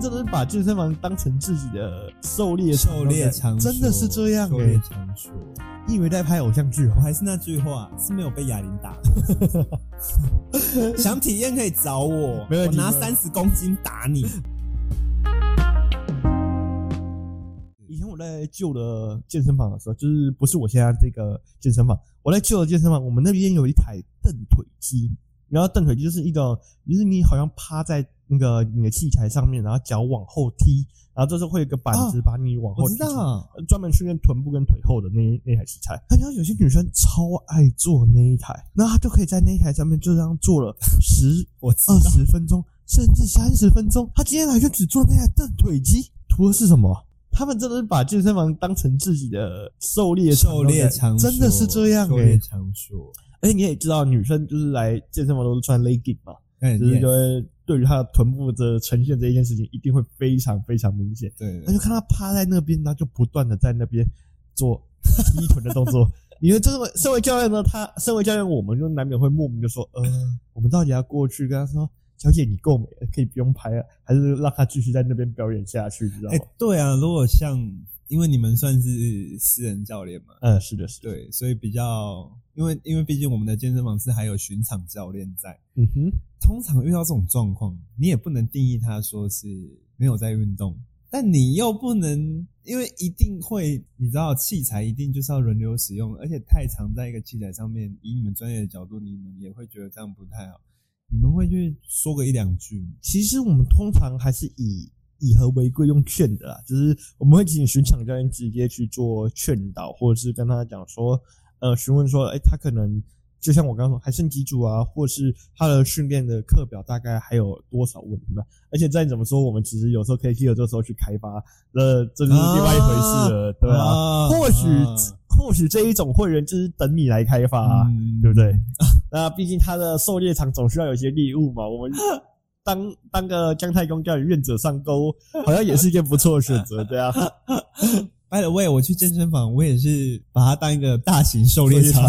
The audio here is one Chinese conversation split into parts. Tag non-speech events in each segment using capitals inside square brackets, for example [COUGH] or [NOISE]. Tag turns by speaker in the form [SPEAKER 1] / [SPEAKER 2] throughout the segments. [SPEAKER 1] 真的是把健身房当成自己的狩猎场
[SPEAKER 2] 狩猎场所
[SPEAKER 1] 真的是这样
[SPEAKER 2] 狩
[SPEAKER 1] 哎、
[SPEAKER 2] 猎场所。
[SPEAKER 1] 你以为在拍偶像剧哦、
[SPEAKER 2] 我还是那句话，是没有被哑铃打过。想体验可以找我，
[SPEAKER 1] 没问
[SPEAKER 2] 我
[SPEAKER 1] 题
[SPEAKER 2] 拿
[SPEAKER 1] 没问
[SPEAKER 2] 三十公斤打你。
[SPEAKER 1] 以前我在旧的健身房的时候，就是不是我现在这个健身房，我在旧的健身房，我们那边有一台蹬腿机，然后蹬腿机就是一个，就是你好像趴在那个你的器材上面，然后脚往后踢，然后这时候会有一个板子
[SPEAKER 2] 哦
[SPEAKER 1] 把你往后
[SPEAKER 2] 我
[SPEAKER 1] 踢
[SPEAKER 2] 知
[SPEAKER 1] 出来、
[SPEAKER 2] 道，
[SPEAKER 1] 呃专门训练臀部跟腿后的那那台器材。他像有些女生超爱做那一台，那她就可以在那一台上面就这样做了十
[SPEAKER 2] 我知
[SPEAKER 1] 二
[SPEAKER 2] 道，
[SPEAKER 1] 十分钟，甚至三十分钟。他今天来就只做那台蹬腿机，图的是什么？他们真的是把健身房当成自己的狩猎场
[SPEAKER 2] 狩猎场所
[SPEAKER 1] 真的是这样
[SPEAKER 2] 狩
[SPEAKER 1] 哎、
[SPEAKER 2] 猎
[SPEAKER 1] 欸！
[SPEAKER 2] 场所。
[SPEAKER 1] 而且你也知道，女生就是来健身房都是穿 legging 嘛，
[SPEAKER 2] 哎，
[SPEAKER 1] 就是
[SPEAKER 2] 对
[SPEAKER 1] 就会对于她的臀部的呈现这一件事情，一定会非常非常明显。
[SPEAKER 2] 对
[SPEAKER 1] 他就看她趴在那边，然后就不断的在那边做踢臀的动作。你说，这个身为教练呢，他身为教练，我们就难免会莫名就说，呃，我们到底要过去跟他说，小姐你够美了，可以不用拍了，还是让他继续在那边表演下去，你知道
[SPEAKER 2] 哎
[SPEAKER 1] 吗？，
[SPEAKER 2] 对啊，如果像因为你们算是私人教练嘛，
[SPEAKER 1] 嗯，是的，是的，
[SPEAKER 2] 对，所以比较因为因为毕竟我们的健身房是还有巡场教练在，
[SPEAKER 1] 嗯哼，
[SPEAKER 2] 通常遇到这种状况，你也不能定义他说是没有在运动，但你又不能，因为一定会，你知道器材一定就是要轮流使用，而且太常在一个器材上面，以你们专业的角度，你们也会觉得这样不太好，你们会去说个一两句吗，
[SPEAKER 1] 其实我们通常还是以以和为贵，用劝的啦，就是我们会请巡场教练直接去做劝导，或者是跟他讲说，呃，询问说，哎、他可能就像我刚刚说，还剩几组啊，或是他的训练的课表大概还有多少问题吧。而且再怎么说，我们其实有时候可以借由这时候去开发，呃，这就是另外一回事了，对啊。
[SPEAKER 2] 啊
[SPEAKER 1] 或许、
[SPEAKER 2] 啊
[SPEAKER 1] 或许这一种会员就是等你来开发、啊，
[SPEAKER 2] 嗯
[SPEAKER 1] 对不对？ [LAUGHS] 那毕竟他的狩猎场总需要有一些猎物嘛，我们当当个姜太公叫愿者上钩，好像也是一件不错的选择，对啊。 [LAUGHS]
[SPEAKER 2] By the way，我去健身房，我也是嗯把它当一个大型狩猎场，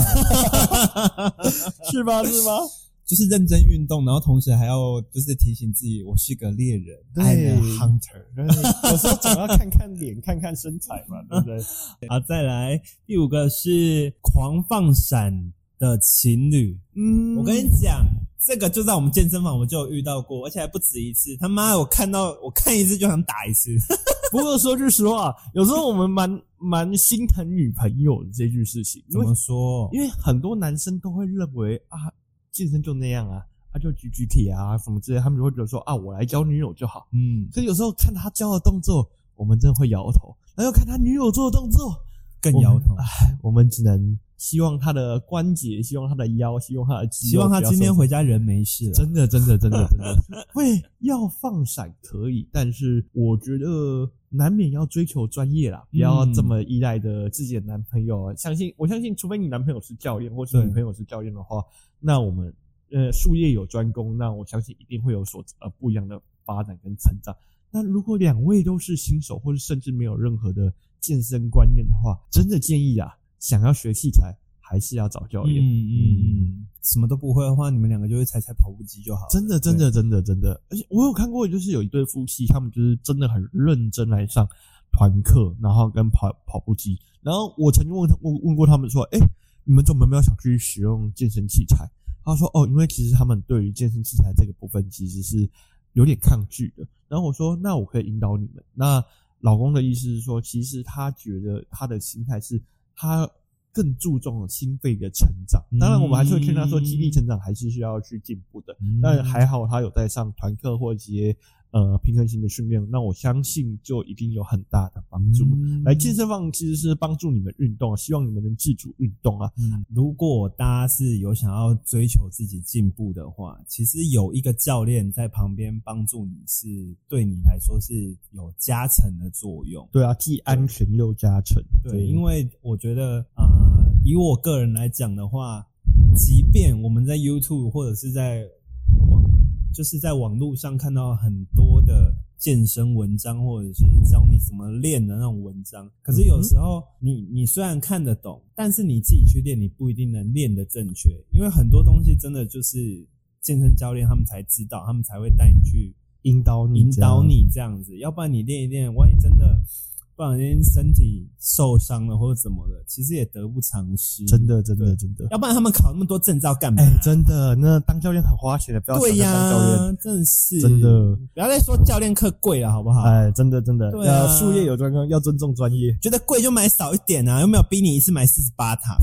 [SPEAKER 1] 是吗？是吗？
[SPEAKER 2] [LAUGHS]
[SPEAKER 1] [LAUGHS]
[SPEAKER 2] 就是认真运动，然后同时还要就是提醒自己，我是个猎人，I'm a
[SPEAKER 1] 对
[SPEAKER 2] hunter。
[SPEAKER 1] 有时候总要看看脸，看看身材嘛，对不对？
[SPEAKER 2] 好，再来第五个是狂放闪的情侣。
[SPEAKER 1] 嗯
[SPEAKER 2] 我跟你讲，这个就在我们健身房我就有遇到过，而且还不止一次。他妈的，我看到我看一次就想打一次。 [LAUGHS]
[SPEAKER 1] 不过说句实话，有时候我们蛮蛮心疼女朋友的这句事情，因为
[SPEAKER 2] 说
[SPEAKER 1] 因为很多男生都会认为啊，健身就那样啊，啊就举举铁啊什么之类，他们就会觉得说啊，我来教女友就好。
[SPEAKER 2] [LAUGHS] 嗯，
[SPEAKER 1] 可是有时候看他教的动作，我们真的会摇头；然后看他女友做的动作，
[SPEAKER 2] 更摇头
[SPEAKER 1] 我们。啊唉，我们只能希望他的关节，希望他的腰，希望他的肌肉
[SPEAKER 2] 希望他
[SPEAKER 1] 不要
[SPEAKER 2] 今天
[SPEAKER 1] 受
[SPEAKER 2] 回家人没事了。
[SPEAKER 1] 真的，真的，真的，真的啊 [LAUGHS] 会要放闪可以，但是我觉得难免要追求专业啦，不要这么依赖的自己的男朋友啊。相信我相信，除非你男朋友是教练，或是
[SPEAKER 2] 对
[SPEAKER 1] 女朋友是教练的话，那我们呃术业有专攻，那我相信一定会有所呃不一样的发展跟成长。那如果两位都是新手，或是甚至没有任何的健身观念的话，真的建议啊，想要学器材还是要找教
[SPEAKER 2] 嗯
[SPEAKER 1] 练。
[SPEAKER 2] 嗯嗯，什么都不会的话，你们两个就会踩踩跑步机就好了。
[SPEAKER 1] 真的，真的，真的，真的，而且我有看过，就是有一对夫妻，他们就是真的很认真来上团课，然后跟跑跑步机。然后我曾经问他，问问过他们说：“哎、你们怎么没有想去使用健身器材？”他说：“哦，因为其实他们对于健身器材这个部分其实是有点抗拒的。”然后我说：“那我可以引导你们。”那老公的意思是说，其实他觉得他的心态是他更注重了心肺的成长。当然，我们还是会劝他说，肌力成长还是需要去进步的。
[SPEAKER 2] 嗯，
[SPEAKER 1] 但还好他有在上团课或一些呃平衡型的训练，那我相信就一定有很大的帮助。
[SPEAKER 2] 嗯
[SPEAKER 1] 来健身房其实是帮助你们运动，啊希望你们能自主运动啊。
[SPEAKER 2] 嗯，如果大家是有想要追求自己进步的话，其实有一个教练在旁边帮助你是，对你来说是有加成的作用。
[SPEAKER 1] 对啊，既安全又加成。
[SPEAKER 2] 对，因为我觉得，呃，以我个人来讲的话，即便我们在 YouTube 或者是在网，就是在网络上看到很多的健身文章，或者是教你怎么练的那种文章，可是有时候你你虽然看得懂，但是你自己去练，你不一定能练得正确，因为很多东西真的就是健身教练他们才知道，他们才会带你去
[SPEAKER 1] 引导你，
[SPEAKER 2] 引导，你这样子，要不然你练一练，万一真的不小心身体受伤了或者怎么的，其实也得不偿失。
[SPEAKER 1] 真，的，真的，
[SPEAKER 2] 对
[SPEAKER 1] 真的。
[SPEAKER 2] 要不然他们考那么多证照干嘛？
[SPEAKER 1] 哎、真的，那当教练很花钱的，不要小
[SPEAKER 2] 对
[SPEAKER 1] 看
[SPEAKER 2] 呀、
[SPEAKER 1] 当教练。
[SPEAKER 2] 真的是
[SPEAKER 1] 真的，
[SPEAKER 2] 不要再说教练课贵了，好不好？
[SPEAKER 1] 哎，真的真的，
[SPEAKER 2] 对啊
[SPEAKER 1] 呃，术业有专攻，要尊重专 [LAUGHS] 业。
[SPEAKER 2] 觉得贵就买少一点啊，又没有逼你一次买四十八
[SPEAKER 1] [LAUGHS]
[SPEAKER 2] 堂。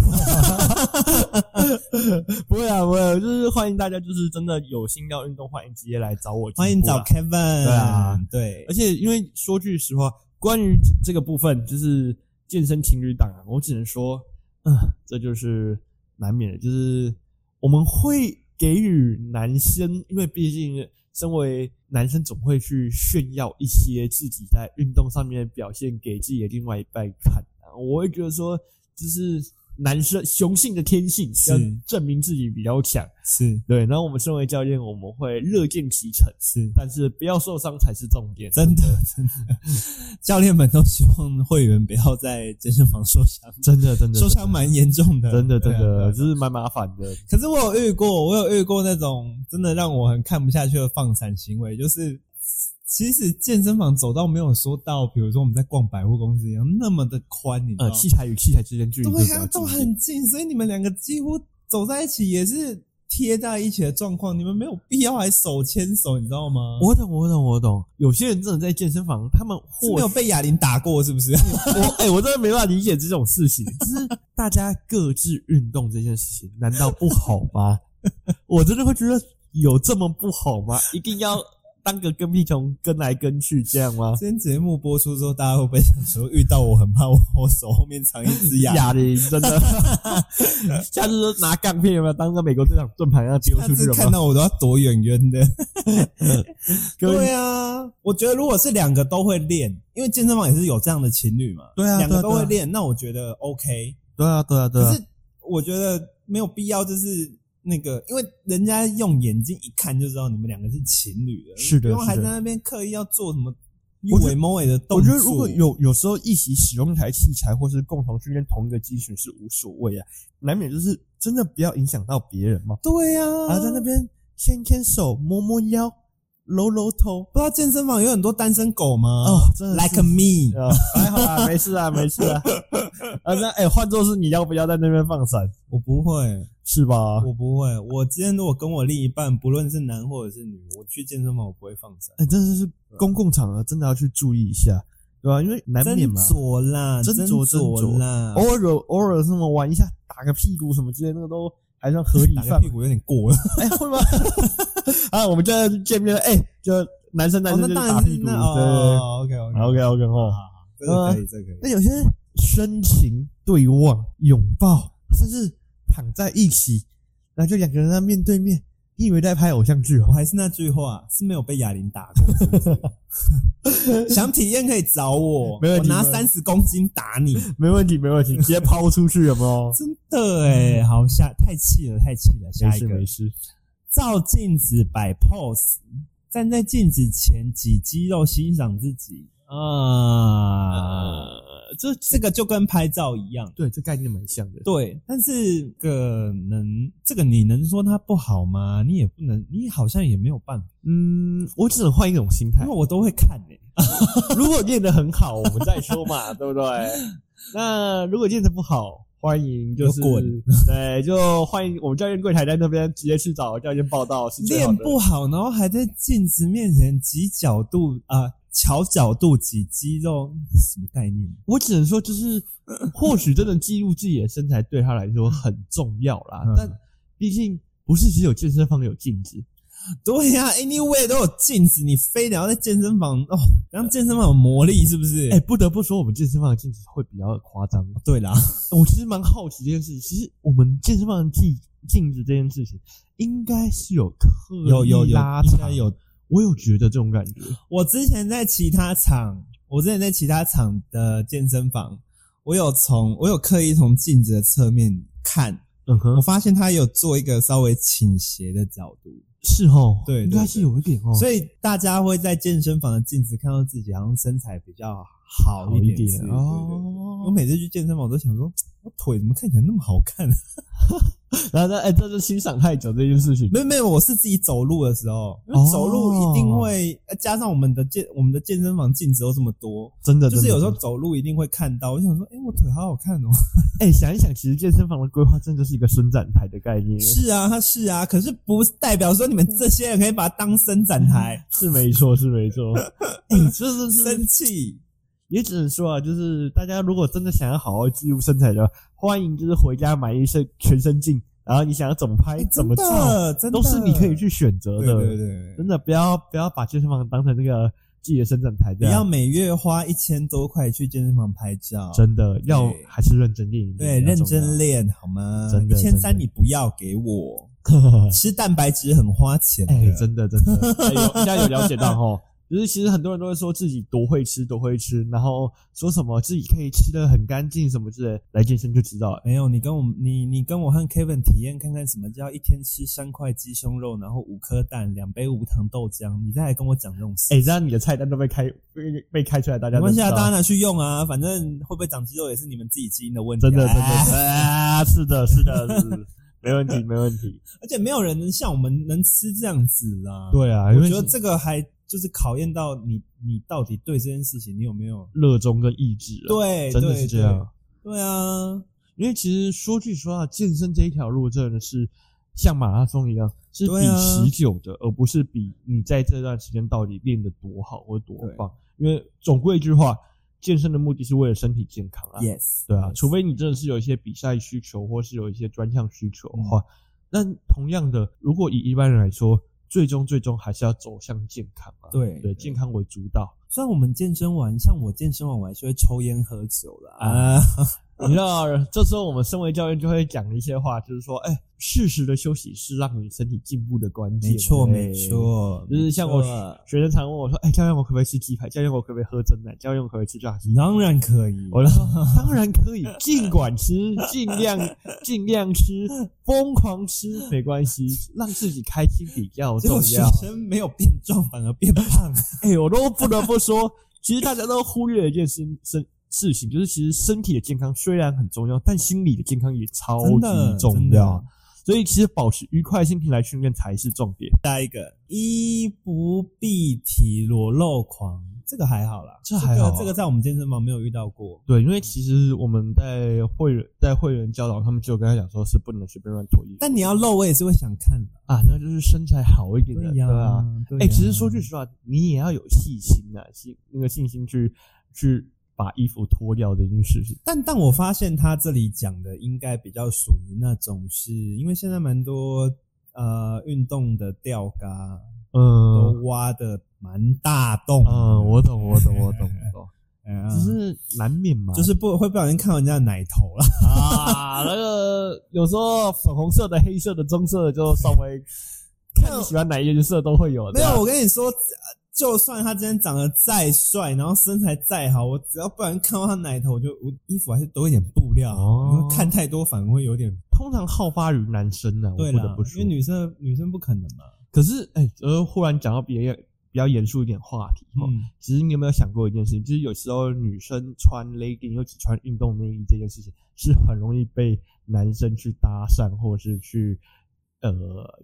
[SPEAKER 1] 不会啊，不会啊，就是欢迎大家，就是真的有心要运动，欢迎直接来找我，
[SPEAKER 2] 欢迎找 Kevin，
[SPEAKER 1] 对啊，
[SPEAKER 2] 对
[SPEAKER 1] 而，且因为说句实话，关于这个部分，就是健身情侣档啊，我只能说，嗯，这就是难免的，就是我们会给予男生，因为毕竟身为男生，总会去炫耀一些自己在运动上面的表现给自己的另外一半看啊。我会觉得说，就是男生雄性的天性
[SPEAKER 2] 是
[SPEAKER 1] 要证明自己比较强，
[SPEAKER 2] 是
[SPEAKER 1] 对。然后我们身为教练，我们会乐见其成。
[SPEAKER 2] 是，
[SPEAKER 1] 但是不要受伤才是重点，
[SPEAKER 2] 真的真
[SPEAKER 1] [LAUGHS]
[SPEAKER 2] 的，教练们都希望会员不要在健身房受伤，
[SPEAKER 1] 真的真的
[SPEAKER 2] 受伤蛮严重的，
[SPEAKER 1] 真的真
[SPEAKER 2] 对啊对啊
[SPEAKER 1] 的，就是蛮麻烦的。
[SPEAKER 2] 可是我有遇过，我有遇过那种真的让我很看不下去的放闪行为，就是其实健身房走道没有说到，比如说我们在逛百货公司一样那么的宽，你知道
[SPEAKER 1] 呃，
[SPEAKER 2] 吗？
[SPEAKER 1] 器材与器材之间距离就比
[SPEAKER 2] 对啊，
[SPEAKER 1] 较
[SPEAKER 2] 都
[SPEAKER 1] 近一点
[SPEAKER 2] 很近，所以你们两个几乎走在一起也是贴在一起的状况，你们没有必要还手牵手，你知道吗？
[SPEAKER 1] 我懂，我懂，我懂。有些人真的在健身房，他们
[SPEAKER 2] 是
[SPEAKER 1] 或
[SPEAKER 2] 没有被哑铃打过，是不是？
[SPEAKER 1] 我 [LAUGHS] 哎、我真的没办法理解这种事情， [LAUGHS] 就是大家各自运动这件事情，难道不好吗？ [LAUGHS] 我真的会觉得有这么不好吗？一定要当个跟屁虫跟来跟去这样吗？
[SPEAKER 2] 今天节目播出之后，大家会不会想说，遇到我很怕我我手后面藏一只哑
[SPEAKER 1] [LAUGHS] 哑
[SPEAKER 2] 铃？
[SPEAKER 1] 铃真的，下次拿杠片有没有当个美国队长盾牌要丢
[SPEAKER 2] 下
[SPEAKER 1] 出去
[SPEAKER 2] 次
[SPEAKER 1] 有没
[SPEAKER 2] 看
[SPEAKER 1] 有？
[SPEAKER 2] 到我都要躲远远的。
[SPEAKER 1] 各位
[SPEAKER 2] 对啊，我觉得如果是两个都会练，因为健身房也是有这样的情侣嘛，
[SPEAKER 1] 对啊
[SPEAKER 2] 两
[SPEAKER 1] 对
[SPEAKER 2] 个
[SPEAKER 1] 啊
[SPEAKER 2] 都会
[SPEAKER 1] 对啊
[SPEAKER 2] 练，那我觉得 OK。
[SPEAKER 1] 对啊，对啊，对
[SPEAKER 2] 可是我觉得没有必要，就是那个，因为人家用眼睛一看就知道你们两个是情侣了，
[SPEAKER 1] 是的
[SPEAKER 2] 不用还
[SPEAKER 1] 是
[SPEAKER 2] 在
[SPEAKER 1] 的
[SPEAKER 2] 那边刻意要做什么
[SPEAKER 1] 我觉
[SPEAKER 2] 尾猫尾的动
[SPEAKER 1] 我
[SPEAKER 2] 作。
[SPEAKER 1] 觉得如果有有时候一起使用一台器材，或是共同训练同一个肌群是无所谓啊，难免就是真的不要影响到别人嘛。
[SPEAKER 2] 对呀、啊
[SPEAKER 1] 啊，在那边牵牵手、摸摸腰、揉揉头，
[SPEAKER 2] 不知道健身房有很多单身狗吗？
[SPEAKER 1] 哦真的是
[SPEAKER 2] ，like me，、
[SPEAKER 1] 啊，还好啦，没事 [LAUGHS] 啊，没事啊。啊，那哎，换、作是你要不要在那边放闪？
[SPEAKER 2] 我不会，
[SPEAKER 1] 是吧？
[SPEAKER 2] 我不会。我今天如果跟我另一半，不论是男或者是女，我去健身房我不会放闪。
[SPEAKER 1] 哎、真的是公共场合，真的要去注意一下，对吧、因为难免
[SPEAKER 2] 斟
[SPEAKER 1] 嘛，
[SPEAKER 2] 酌啦，
[SPEAKER 1] 斟
[SPEAKER 2] 斟
[SPEAKER 1] 酌斟酌哦
[SPEAKER 2] 啦，
[SPEAKER 1] 偶尔偶尔什么玩一下，打个屁股什么之类，那个都还算合理
[SPEAKER 2] 打
[SPEAKER 1] 范
[SPEAKER 2] 个
[SPEAKER 1] 围
[SPEAKER 2] 屁。股有点
[SPEAKER 1] [LAUGHS]
[SPEAKER 2] 过了。
[SPEAKER 1] 哎，会吗？啊，我们就见面了，哎，就男生男生
[SPEAKER 2] 哦，那
[SPEAKER 1] 就
[SPEAKER 2] 当
[SPEAKER 1] 打
[SPEAKER 2] 然
[SPEAKER 1] 屁
[SPEAKER 2] 是
[SPEAKER 1] 股，
[SPEAKER 2] 那
[SPEAKER 1] 对
[SPEAKER 2] 哦，OK OK
[SPEAKER 1] ，OK OK 哦。
[SPEAKER 2] 这个可以，这个可以。
[SPEAKER 1] 那有些深情对望、拥抱，甚至躺在一起，然后就两个人在面对面，你以为在拍偶像剧
[SPEAKER 2] 我
[SPEAKER 1] 哦？
[SPEAKER 2] 还是那句话，是没有被哑铃打过。是不是 [LAUGHS] 想体验可以找我，
[SPEAKER 1] [LAUGHS] 没
[SPEAKER 2] 我
[SPEAKER 1] 问题
[SPEAKER 2] 拿
[SPEAKER 1] 没
[SPEAKER 2] 三
[SPEAKER 1] 问
[SPEAKER 2] 十公斤打你，？
[SPEAKER 1] [LAUGHS] 没问题，没问题，直接抛出去有没有
[SPEAKER 2] 真的哎、好下太气了，太气
[SPEAKER 1] 嗯
[SPEAKER 2] 了，
[SPEAKER 1] 没
[SPEAKER 2] 下一
[SPEAKER 1] 事
[SPEAKER 2] 个
[SPEAKER 1] 没事，
[SPEAKER 2] 照镜子摆 pose，站在镜子前挤肌肉欣赏自己啊，
[SPEAKER 1] 这
[SPEAKER 2] 这个就跟拍照一样。
[SPEAKER 1] [LAUGHS] 对这概念蛮像的。
[SPEAKER 2] 对，但是可能这个你能说它不好吗？你也不能，你好像也没有办法，
[SPEAKER 1] 嗯，我只能换一种心态
[SPEAKER 2] 因为。我都会看欸诶、
[SPEAKER 1] [LAUGHS] 如果练得很好，我们再说 [LAUGHS] 嘛，对不对？那如果练得不好，欢迎就是
[SPEAKER 2] 就滚
[SPEAKER 1] [LAUGHS] 对，就欢迎我们教练柜台在那边直接去找教练报道是最啊好
[SPEAKER 2] 练
[SPEAKER 1] 的。
[SPEAKER 2] 不好，然后还在镜子面前挤角度啊、瞧角度挤肌肉，什么概念？
[SPEAKER 1] 我只能说，就是或许真的记录自己的身材对他来说很重要啦，
[SPEAKER 2] 嗯
[SPEAKER 1] 但毕竟不是只有健身房有镜子，
[SPEAKER 2] 对呀、a n y w a y 都有镜子，你非得要在健身房哦，然后健身房有魔力是不是？
[SPEAKER 1] 哎、不得不说，我们健身房的镜子会比较夸张。
[SPEAKER 2] 对啦，
[SPEAKER 1] 我其实蛮好奇这件事情，其实我们健身房的镜镜子这件事情，应该是有刻意
[SPEAKER 2] 有有有
[SPEAKER 1] 拉，
[SPEAKER 2] 应
[SPEAKER 1] 长
[SPEAKER 2] 该有。
[SPEAKER 1] 我有觉得这种感觉，
[SPEAKER 2] 我之前在其他场，我之前在其他场的健身房，我有从我有刻意从镜子的侧面看，
[SPEAKER 1] 嗯哼
[SPEAKER 2] 我，发现他有做一个稍微倾斜的角度。
[SPEAKER 1] 是哦，
[SPEAKER 2] 对对
[SPEAKER 1] 应该是有一点哦，
[SPEAKER 2] 所
[SPEAKER 1] 以
[SPEAKER 2] 以大家会在健身房的镜子看到自己好像身材比较好
[SPEAKER 1] 好
[SPEAKER 2] 一
[SPEAKER 1] 一
[SPEAKER 2] 点
[SPEAKER 1] 点啊
[SPEAKER 2] 之类的。对对对我
[SPEAKER 1] 哦。
[SPEAKER 2] 每次去健身房我都想说，我腿怎么看起来那么好看、啊？
[SPEAKER 1] 然后呢，哎、这就欣赏太久这件事情
[SPEAKER 2] 没。有没有，我是自己走路的时候，因
[SPEAKER 1] 哦
[SPEAKER 2] 为走路一定会、呃加上我们的健我们的健身房镜子又这么多，
[SPEAKER 1] 真的，
[SPEAKER 2] 就是
[SPEAKER 1] 真的
[SPEAKER 2] 有时候
[SPEAKER 1] 真的
[SPEAKER 2] 走路一定会看到。我想说，哎、我腿好好
[SPEAKER 1] [LAUGHS]
[SPEAKER 2] 看哦。
[SPEAKER 1] 哎、想一想，其实健身房的规划真的是一个伸展台的概念，
[SPEAKER 2] 是啊，它是啊，可是不代表说你们这些人可以把它当伸展台。
[SPEAKER 1] 是没错，是没
[SPEAKER 2] [LAUGHS]
[SPEAKER 1] 错。哎、这真是
[SPEAKER 2] 生气，
[SPEAKER 1] 也只能说啊，就是大家如果真的想要好好记录身材的话，欢迎就是回家买一身全身镜，然后你想要怎么拍、
[SPEAKER 2] 哎
[SPEAKER 1] 怎么
[SPEAKER 2] 真
[SPEAKER 1] 照，
[SPEAKER 2] 的真的
[SPEAKER 1] 都是你可以去选择
[SPEAKER 2] 对
[SPEAKER 1] 的。
[SPEAKER 2] 对对对，
[SPEAKER 1] 真的不要不要把健身房当成那个自己的伸展台
[SPEAKER 2] 不
[SPEAKER 1] 这
[SPEAKER 2] 要
[SPEAKER 1] 样，
[SPEAKER 2] 每月花一千多块去健身房拍照，
[SPEAKER 1] 真的要
[SPEAKER 2] 啊对
[SPEAKER 1] 还是认真练一
[SPEAKER 2] 对
[SPEAKER 1] 练比较
[SPEAKER 2] 认
[SPEAKER 1] 重要，啊
[SPEAKER 2] 真练好吗？
[SPEAKER 1] 真
[SPEAKER 2] 一
[SPEAKER 1] 的
[SPEAKER 2] 千三
[SPEAKER 1] 真的
[SPEAKER 2] 你不要给我，
[SPEAKER 1] [LAUGHS]
[SPEAKER 2] 吃蛋白质很花钱的。
[SPEAKER 1] 哎、真的真
[SPEAKER 2] [LAUGHS]
[SPEAKER 1] 的，哎有大家有了解到哈，就是其实很多人都会说自己多会吃，多会吃，然后说什么自己可以吃的很干净什么之类，来健身就知道了。
[SPEAKER 2] 没有，你跟我们你你跟我和 Kevin 体验看看什么叫一天吃三块鸡胸肉，然后五颗蛋，两杯无糖豆浆，你再来跟我讲这种事。
[SPEAKER 1] 哎、这样你的菜单都被开被被开出来，大家
[SPEAKER 2] 没
[SPEAKER 1] 都
[SPEAKER 2] 关
[SPEAKER 1] 知
[SPEAKER 2] 系啊，
[SPEAKER 1] 道。
[SPEAKER 2] 大家拿去用啊，反正会不会长肌肉也是你们自己基因的问题、啊。
[SPEAKER 1] 真的真
[SPEAKER 2] 哎
[SPEAKER 1] 的啊， [LAUGHS] 是的是的是的，没问题没问题。
[SPEAKER 2] 而且没有人能像我们能吃这样子啦。，
[SPEAKER 1] 对啊，因
[SPEAKER 2] [LAUGHS] 我
[SPEAKER 1] 为
[SPEAKER 2] 觉得这个还就是考验到你，你到底对这件事情你有没有？
[SPEAKER 1] 热衷跟意志啊，
[SPEAKER 2] 对，
[SPEAKER 1] 真的
[SPEAKER 2] 对
[SPEAKER 1] 是这样。。
[SPEAKER 2] 对对啊，
[SPEAKER 1] 因为其实说句实话，健身这一条路真的是像马拉松一样，是比
[SPEAKER 2] 对啊
[SPEAKER 1] 持久的，而不是比你在这段时间到底练得多好或多棒。因为总归一句话，健身的目的是为了身体健康啊。
[SPEAKER 2] yes，
[SPEAKER 1] 对啊，
[SPEAKER 2] yes
[SPEAKER 1] 除非你真的是有一些比赛需求，或是有一些专项需求
[SPEAKER 2] 嗯
[SPEAKER 1] 的话，那同样的，如果以一般人来说，最终最终还是要走向健康啊。
[SPEAKER 2] 对
[SPEAKER 1] 对，健康为主导。
[SPEAKER 2] 虽然我们健身完，像我健身完，我还是会抽烟喝酒啦。
[SPEAKER 1] 啊
[SPEAKER 2] 啊， [LAUGHS]
[SPEAKER 1] 你知道，这时候我们身为教练就会讲一些话，就是说，哎、适时的休息是让你身体进步的关键。
[SPEAKER 2] 没错，
[SPEAKER 1] 对
[SPEAKER 2] 没。错，
[SPEAKER 1] 就是像我
[SPEAKER 2] 没错
[SPEAKER 1] 学生常问我说，哎、教练，我可不可以吃鸡排？教练，我可不可以喝真奶？教练，我可不可以吃炸鸡？
[SPEAKER 2] 当然可以。
[SPEAKER 1] 我就说，当然可以，尽管
[SPEAKER 2] [LAUGHS]
[SPEAKER 1] 吃，尽量尽量吃，疯狂吃没关
[SPEAKER 2] [LAUGHS]
[SPEAKER 1] 系，让自己开心比较
[SPEAKER 2] 结果
[SPEAKER 1] 重
[SPEAKER 2] 学
[SPEAKER 1] 要。
[SPEAKER 2] 生没有变壮，反而变胖。
[SPEAKER 1] 哎、我都不得不说，其实大家都忽略了一件事事事情，就是其实身体的健康虽然很重要，但心理的健康也超
[SPEAKER 2] 真的
[SPEAKER 1] 级重
[SPEAKER 2] 真
[SPEAKER 1] 要
[SPEAKER 2] 的。
[SPEAKER 1] 所以其实保持愉快的心情来训练才是重点。
[SPEAKER 2] 下一个，衣不蔽体，裸露狂，这个还好啦，
[SPEAKER 1] 这还好啊
[SPEAKER 2] 这个，这个在我们健身房没有遇到过。
[SPEAKER 1] 对，因为其实我们在会员在会员教导他们就有跟他讲说是不能随便乱脱衣服
[SPEAKER 2] 但你要露，我也是会想看的。
[SPEAKER 1] 啊，那就是身材好一点的，对啊。，
[SPEAKER 2] 对
[SPEAKER 1] 哎、
[SPEAKER 2] 呀
[SPEAKER 1] 其实说句实话，你也要有细心啊，信那个信心去去把衣服脱掉这件事情。
[SPEAKER 2] 但但我发现他这里讲的应该比较属于那种是，因为现在蛮多呃运动的吊嘎
[SPEAKER 1] 嗯
[SPEAKER 2] 都挖的蛮大洞的。
[SPEAKER 1] 嗯，我懂，我懂，我懂，我懂。
[SPEAKER 2] 哎呀
[SPEAKER 1] 只嗯是难免嘛， [LAUGHS]
[SPEAKER 2] 就是不会不小心看到人家的奶头啦。
[SPEAKER 1] 啊，那个有时候粉红色的、黑色的、棕色的，就稍微看你喜欢哪一颜色都会有。
[SPEAKER 2] 没有，我跟你说，就算他今天长得再帅，然后身材再好，我只要不然看到他奶头，我就我衣服还是多一点布料，
[SPEAKER 1] 哦
[SPEAKER 2] 因为看太多反而会有点
[SPEAKER 1] 通常好发于男生呢、啊，我
[SPEAKER 2] 对
[SPEAKER 1] 不
[SPEAKER 2] 啦
[SPEAKER 1] 得不，说
[SPEAKER 2] 因为。女生女生不可能嘛。
[SPEAKER 1] 可是，哎、呃，忽然讲到别比较严肃一点话题哦，
[SPEAKER 2] 嗯，
[SPEAKER 1] 其实你有没有想过一件事情，就是有时候女生穿 legging 又只穿运动内衣这件事情，是很容易被男生去搭讪，或是去呃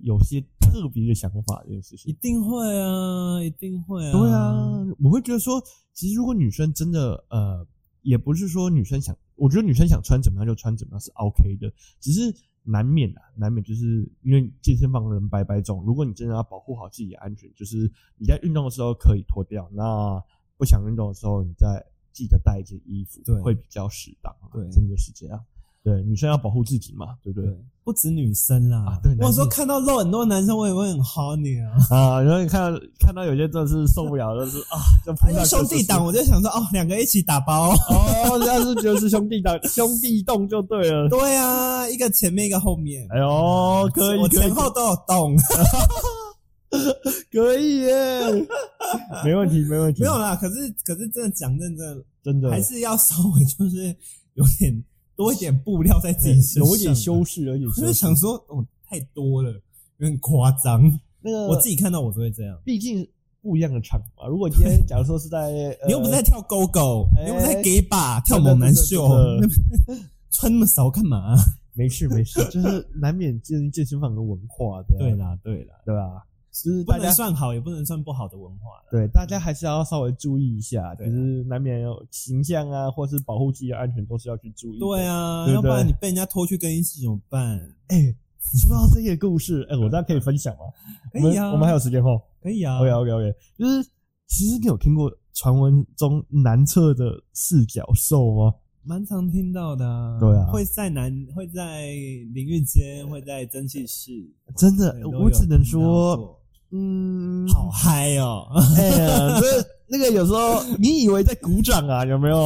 [SPEAKER 1] 有些特别的想法这件事情
[SPEAKER 2] 一。定会啊，一定会啊。
[SPEAKER 1] 对啊，，我会觉得说，其实如果女生真的呃，也不是说女生想，我觉得女生想穿怎么样就穿怎么样是 OK 的，只是难免啊，难免就是因为健身房的人百百种，如果你真的要保护好自己的安全，就是你在运动的时候可以脱掉，那不想运动的时候，你再记得带一件衣服，
[SPEAKER 2] 对
[SPEAKER 1] 会比较适当啊。
[SPEAKER 2] 对
[SPEAKER 1] 真的是这样。对，女生要保护自己嘛，对不对
[SPEAKER 2] 对？，不止女生啦。
[SPEAKER 1] 啊对
[SPEAKER 2] 我有时
[SPEAKER 1] 男
[SPEAKER 2] 候
[SPEAKER 1] 生
[SPEAKER 2] 看到露很多男生，我也会很薅你
[SPEAKER 1] [LAUGHS]
[SPEAKER 2] 啊。
[SPEAKER 1] 啊，然后你看到看到有些真的是受不了，就是啊，就碰
[SPEAKER 2] 还
[SPEAKER 1] 到
[SPEAKER 2] 有兄弟党，我哎就想说，哦，两个一起打包。
[SPEAKER 1] 哦，这样是觉得是兄弟党兄弟洞就对了。
[SPEAKER 2] 对啊，一个前面一个后面。
[SPEAKER 1] 哎呦，可以
[SPEAKER 2] 我
[SPEAKER 1] 可以
[SPEAKER 2] 前后都有洞，
[SPEAKER 1] 可以耶，没问题没问题，
[SPEAKER 2] [LAUGHS] 没有啦。可是可是真的讲认真的，
[SPEAKER 1] 真的
[SPEAKER 2] 还是要稍微就是有点多一点布料在自己身上，
[SPEAKER 1] 有一点修。饰，有一点
[SPEAKER 2] 我
[SPEAKER 1] 修
[SPEAKER 2] 就
[SPEAKER 1] 饰。
[SPEAKER 2] 想说，哦，太多了，有点夸张。
[SPEAKER 1] 那个
[SPEAKER 2] 我自己看到我就会这样。
[SPEAKER 1] 毕竟不一样的场嘛。如果今天假如说是
[SPEAKER 2] [LAUGHS]
[SPEAKER 1] 在，呃
[SPEAKER 2] 你又不是在跳勾勾，
[SPEAKER 1] 哎
[SPEAKER 2] 你又不是在 gay 吧，跳猛男秀
[SPEAKER 1] 真的真的真，
[SPEAKER 2] 穿那么少干嘛？
[SPEAKER 1] 没事没事， [LAUGHS] 就是难免健健身房的文化的，
[SPEAKER 2] 对啦，对啦，
[SPEAKER 1] 对吧？就是
[SPEAKER 2] 不
[SPEAKER 1] 大家
[SPEAKER 2] 能算好，也不能算不好的文化啦。
[SPEAKER 1] 对大家还是要稍微注意一下，就
[SPEAKER 2] 对啊
[SPEAKER 1] 是难免有形象啊，或是保护自己的安全都是要去注意。
[SPEAKER 2] 对，啊，
[SPEAKER 1] 对
[SPEAKER 2] 要不然
[SPEAKER 1] 对
[SPEAKER 2] 你被人家拖去更衣室怎么办？
[SPEAKER 1] 哎、说到这个故事，哎、我这样可以分享吗？
[SPEAKER 2] 嗯可以啊
[SPEAKER 1] 我们我们还有哦时间后。
[SPEAKER 2] 可以啊，
[SPEAKER 1] OK OK OK，就是其实你有听过传闻中男厕的四角兽吗？
[SPEAKER 2] 蛮常听到的、啊。
[SPEAKER 1] 对啊
[SPEAKER 2] 会在男，会在淋浴间，会在蒸汽室。
[SPEAKER 1] 真的
[SPEAKER 2] 对，
[SPEAKER 1] 呃我只能说，，嗯，
[SPEAKER 2] 都有听到过好嗨哦！
[SPEAKER 1] [LAUGHS]
[SPEAKER 2] [LAUGHS]
[SPEAKER 1] 哎呀，这那个有时候你以为在鼓掌啊，有没
[SPEAKER 2] [LAUGHS]
[SPEAKER 1] 有？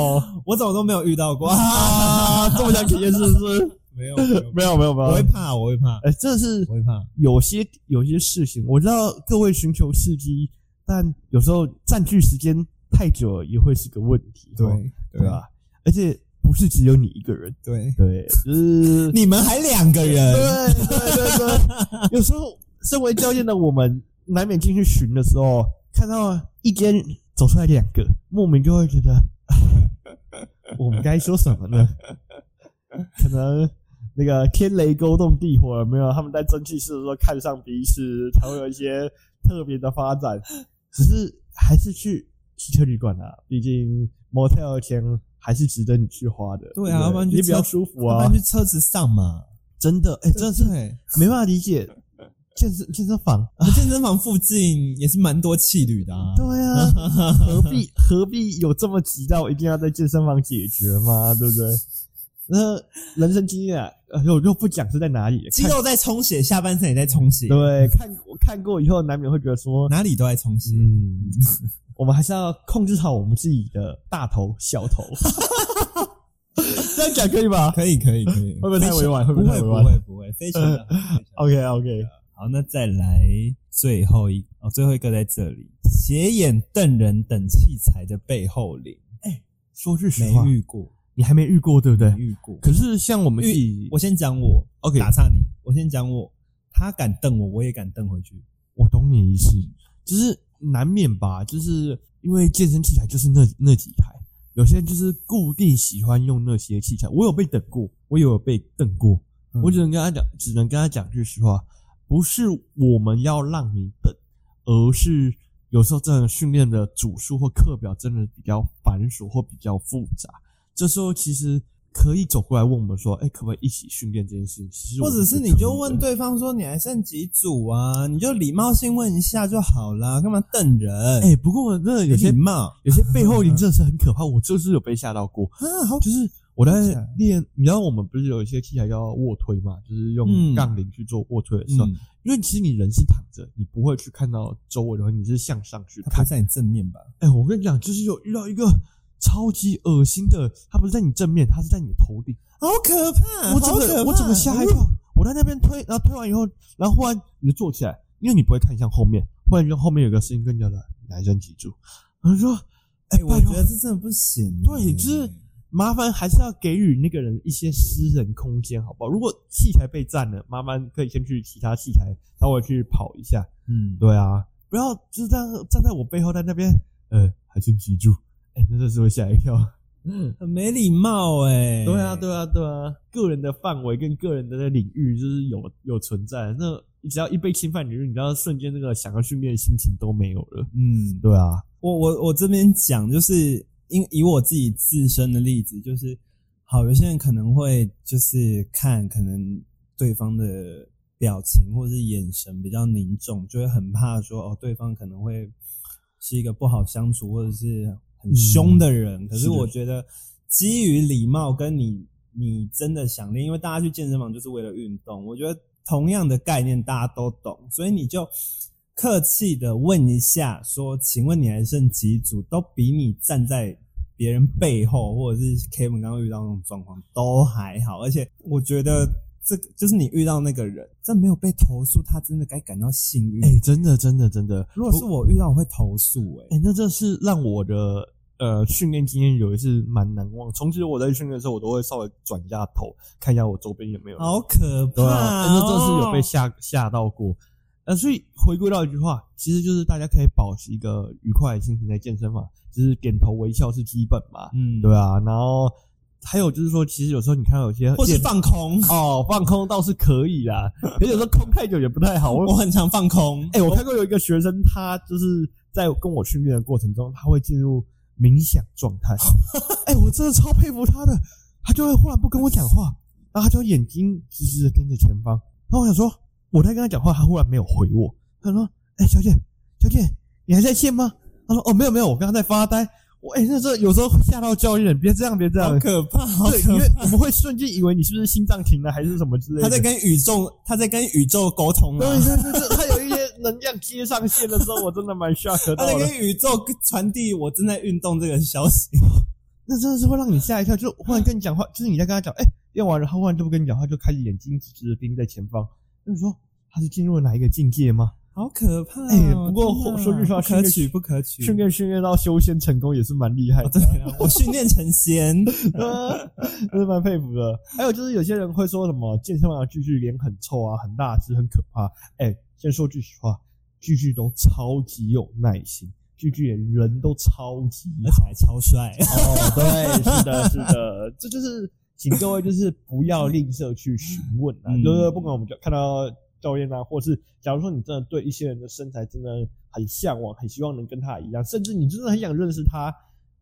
[SPEAKER 2] 我怎么都没有遇
[SPEAKER 1] [LAUGHS]
[SPEAKER 2] 到过，
[SPEAKER 1] 啊，这么想体验是不是？
[SPEAKER 2] [LAUGHS] 没有，没有
[SPEAKER 1] 没有没有没有
[SPEAKER 2] 我会，怕，我会怕，
[SPEAKER 1] 哎，这是
[SPEAKER 2] 我会怕。
[SPEAKER 1] 有些有些事情，我知道各位寻求刺激，但有时候占据时间太久了也会是个问题，哦对吧？而且不是只有你一个人，
[SPEAKER 2] 对，
[SPEAKER 1] 对，就是
[SPEAKER 2] 你们还两个
[SPEAKER 1] 对啊
[SPEAKER 2] 人，
[SPEAKER 1] 对对对，有时候身为教练的我们，难免进去巡的时候，看到一间走出来两个，莫名就会觉得，唉我们该说什么呢？可能那个天雷勾动地火了没有？他们在蒸汽室的时候看上彼此，才会有一些特别的发展。只是还是去汽车旅馆啊，毕竟 motel 的钱还是值得你去花的。
[SPEAKER 2] 对啊要不然去
[SPEAKER 1] 也比较
[SPEAKER 2] 车
[SPEAKER 1] 舒服
[SPEAKER 2] 要不
[SPEAKER 1] 啊
[SPEAKER 2] 然。去车子上嘛。
[SPEAKER 1] 真的，哎、真的是
[SPEAKER 2] 对
[SPEAKER 1] 没办法理解健身健身房，
[SPEAKER 2] 我们健身房附近也是蛮多气旅的啊。
[SPEAKER 1] 对啊， [LAUGHS] 何必何必有这么急到一定要在健身房解决吗？对不对？那人生经验啊，呃我就不讲是在哪里了，
[SPEAKER 2] 肌
[SPEAKER 1] 看
[SPEAKER 2] 肉在充血，下半身也在充血，
[SPEAKER 1] 对看我看过以后，难免会觉得说，
[SPEAKER 2] 哪里都在充血。
[SPEAKER 1] 嗯，我们还是要控制好我们自己的大头小 [LAUGHS] 头，这样讲可以吧
[SPEAKER 2] 可以，可以，可以。
[SPEAKER 1] 会不会太委婉会不
[SPEAKER 2] 不
[SPEAKER 1] 会太
[SPEAKER 2] 会，
[SPEAKER 1] 委
[SPEAKER 2] 不
[SPEAKER 1] 婉
[SPEAKER 2] 会，不会，非常的好。非常的好
[SPEAKER 1] ？OK OK，
[SPEAKER 2] 好，那再来最后一哦，最后一个在这里，斜眼瞪人等器材的背后灵，
[SPEAKER 1] 说句实
[SPEAKER 2] 没
[SPEAKER 1] 话，
[SPEAKER 2] 遇过，
[SPEAKER 1] 你还没遇过对不对
[SPEAKER 2] 没？遇过。
[SPEAKER 1] 可是像我们自己
[SPEAKER 2] 遇，我先讲我
[SPEAKER 1] OK
[SPEAKER 2] 打岔你，我先讲我，他敢瞪我，我也敢瞪回去。
[SPEAKER 1] 我懂你意思，就是难免吧，就是因为健身器材就是那那几台，有些人就是固定喜欢用那些器材。我有被等过，我也有被瞪过，
[SPEAKER 2] 嗯
[SPEAKER 1] 我只能跟他讲，只能跟他讲句实话，不是我们要让你等，而是有时候真的训练的组数或课表真的比较繁琐或比较复杂，这时候其实。可以走过来问我们说：“哎、可不可以一起训练这件事情？”其实我
[SPEAKER 2] 或
[SPEAKER 1] 们
[SPEAKER 2] 者是
[SPEAKER 1] 可以
[SPEAKER 2] 你就
[SPEAKER 1] 的
[SPEAKER 2] 问对方说你还剩几组啊？你就礼貌性问一下就好啦，干嘛瞪人？
[SPEAKER 1] 哎、不过真的有些
[SPEAKER 2] 礼貌
[SPEAKER 1] 有些背后灵真的是很可怕，我就是有被吓到
[SPEAKER 2] [LAUGHS]
[SPEAKER 1] 过。
[SPEAKER 2] 啊，好
[SPEAKER 1] 就是我在
[SPEAKER 2] 真假
[SPEAKER 1] 练，你知道我们不是有一些器材叫卧推嘛，就是用
[SPEAKER 2] 嗯
[SPEAKER 1] 杠铃去做卧推的时候，
[SPEAKER 2] 嗯，
[SPEAKER 1] 因为其实你人是躺着，你不会去看到周围的话，你是向上去
[SPEAKER 2] 他不
[SPEAKER 1] 看
[SPEAKER 2] 是。在你正面吧？
[SPEAKER 1] 哎、我跟你讲，就是有遇到一个超级恶心的，他不是在你正面，他是在你头顶，
[SPEAKER 2] 好可怕！
[SPEAKER 1] 我整
[SPEAKER 2] 呃好可
[SPEAKER 1] 个
[SPEAKER 2] 怕
[SPEAKER 1] 我整个吓一跳，我在那边推，然后推完以后，然后忽然你就坐起来，因为你不会看向后面，忽然就后面有个声音跟你讲了，你还真记住，我就说，哎、
[SPEAKER 2] 哎，我
[SPEAKER 1] 拜托
[SPEAKER 2] 觉得这真的不行。欸
[SPEAKER 1] 对就是麻烦还是要给予那个人一些私人空间，好不好？如果器材被占了，麻烦可以先去其他器材稍微去跑一下。
[SPEAKER 2] 嗯，
[SPEAKER 1] 对啊，不要就是这样站在我背后在那边，呃，还真记住，哎、那真的是会吓一跳。
[SPEAKER 2] 很没礼貌哎。
[SPEAKER 1] 对啊，对啊，对啊，个人的范围跟个人的领域就是有有存在，那你只要一被侵犯领域，你知道瞬间那个想要训练的心情都没有了。
[SPEAKER 2] 嗯，
[SPEAKER 1] 对啊，
[SPEAKER 2] 我我我这边讲，就是因以我自己自身的例子，就是好，有些人可能会就是看可能对方的表情或是眼神比较凝重，就会很怕说哦，对方可能会是一个不好相处或者是很凶的人。可
[SPEAKER 1] 是
[SPEAKER 2] 是
[SPEAKER 1] 的
[SPEAKER 2] 我觉得基于礼貌跟你你真的想练，因为大家去健身房就是为了运动，我觉得同样的概念大家都懂，所以你就客气的问一下说，请问你还剩几组？都比你站在别人背后，或者是 Kevin 刚刚遇到那种状况都还好，而且我觉得。这个就是你遇到那个人，这没有被投诉，他真的该感到幸运。
[SPEAKER 1] 哎、真的，真的，真的，
[SPEAKER 2] 如果是我遇到，我会投诉、欸。
[SPEAKER 1] 哎、那这是让我的呃训练经验有一次蛮难忘。从此我在训练的时候，我都会稍微转一下头，看一下我周边有没有人。
[SPEAKER 2] 好可哦怕、
[SPEAKER 1] 对
[SPEAKER 2] 哦
[SPEAKER 1] 啊，哎那这是有被吓吓到过。呃，所以回归到一句话，其实就是大家可以保持一个愉快的心情在健身房，就是点头微笑是基本嘛，啊
[SPEAKER 2] 嗯，
[SPEAKER 1] 对啊。然后还有就是说，其实有时候你看到有些
[SPEAKER 2] 或是
[SPEAKER 1] 健
[SPEAKER 2] 放空，
[SPEAKER 1] 哦放空倒是可以啦，可是有时候空太久也不太好。我
[SPEAKER 2] 我很常放空。
[SPEAKER 1] 哎、我看过有一个学生，他就是在跟我训练的过程中，他会进入冥想状
[SPEAKER 2] [LAUGHS]
[SPEAKER 1] 态。哎、我真的超佩服他的，他就会忽然不跟我讲话，然后他就眼睛直直的盯着前方。然后我想说，我在跟他讲话，他忽然没有回我。他说：“哎、小姐，小姐，你还在线吗？”他说：“哦，没有没有，我刚刚在发呆。”我哎、那这有时候会吓到教练，别这样，别这样
[SPEAKER 2] 好。可怕，好
[SPEAKER 1] 对，因
[SPEAKER 2] 可
[SPEAKER 1] 为
[SPEAKER 2] 怕。
[SPEAKER 1] 我们会瞬间以为你是不是心脏停了还是什么之类的。
[SPEAKER 2] 他在跟宇宙，他在跟宇宙沟通
[SPEAKER 1] 对
[SPEAKER 2] 啊，
[SPEAKER 1] 对对对，他有一些能量接上线的时候，我真的蛮 shock
[SPEAKER 2] 他
[SPEAKER 1] 到的。
[SPEAKER 2] 在跟宇宙传递我正在运动这个消息。
[SPEAKER 1] 那真的是会让你吓一跳，就忽然跟你讲话，就是你在跟他讲，哎、练完了，他忽然就不跟你讲话，就开始眼睛直直的盯在前方。那你说他是进入了哪一个境界吗？
[SPEAKER 2] 好可怕、哦！
[SPEAKER 1] 哎不过
[SPEAKER 2] 天哪
[SPEAKER 1] 说句实话
[SPEAKER 2] 不可取
[SPEAKER 1] 训练
[SPEAKER 2] 不可取。
[SPEAKER 1] 训练训练到修仙成功也是蛮厉害 [LAUGHS]
[SPEAKER 2] 哦，
[SPEAKER 1] 的
[SPEAKER 2] 对，了，我训练成仙，
[SPEAKER 1] 啊真是蛮佩服的。 [LAUGHS] 还有就是有些人会说什么健身房的巨巨脸很臭啊，很大只，很可怕。哎、先说句实话，巨巨都超级有耐心，巨巨连人都超级
[SPEAKER 2] 而且还
[SPEAKER 1] [LAUGHS]
[SPEAKER 2] 超帅。
[SPEAKER 1] 哦，对，是的，是的，这就是请各位就是不要吝啬去询问啊，
[SPEAKER 2] 嗯
[SPEAKER 1] 就是不管我们就看到教练啊，或是假如说你真的对一些人的身材真的很向往，很希望能跟他一样，甚至你真的很想认识他，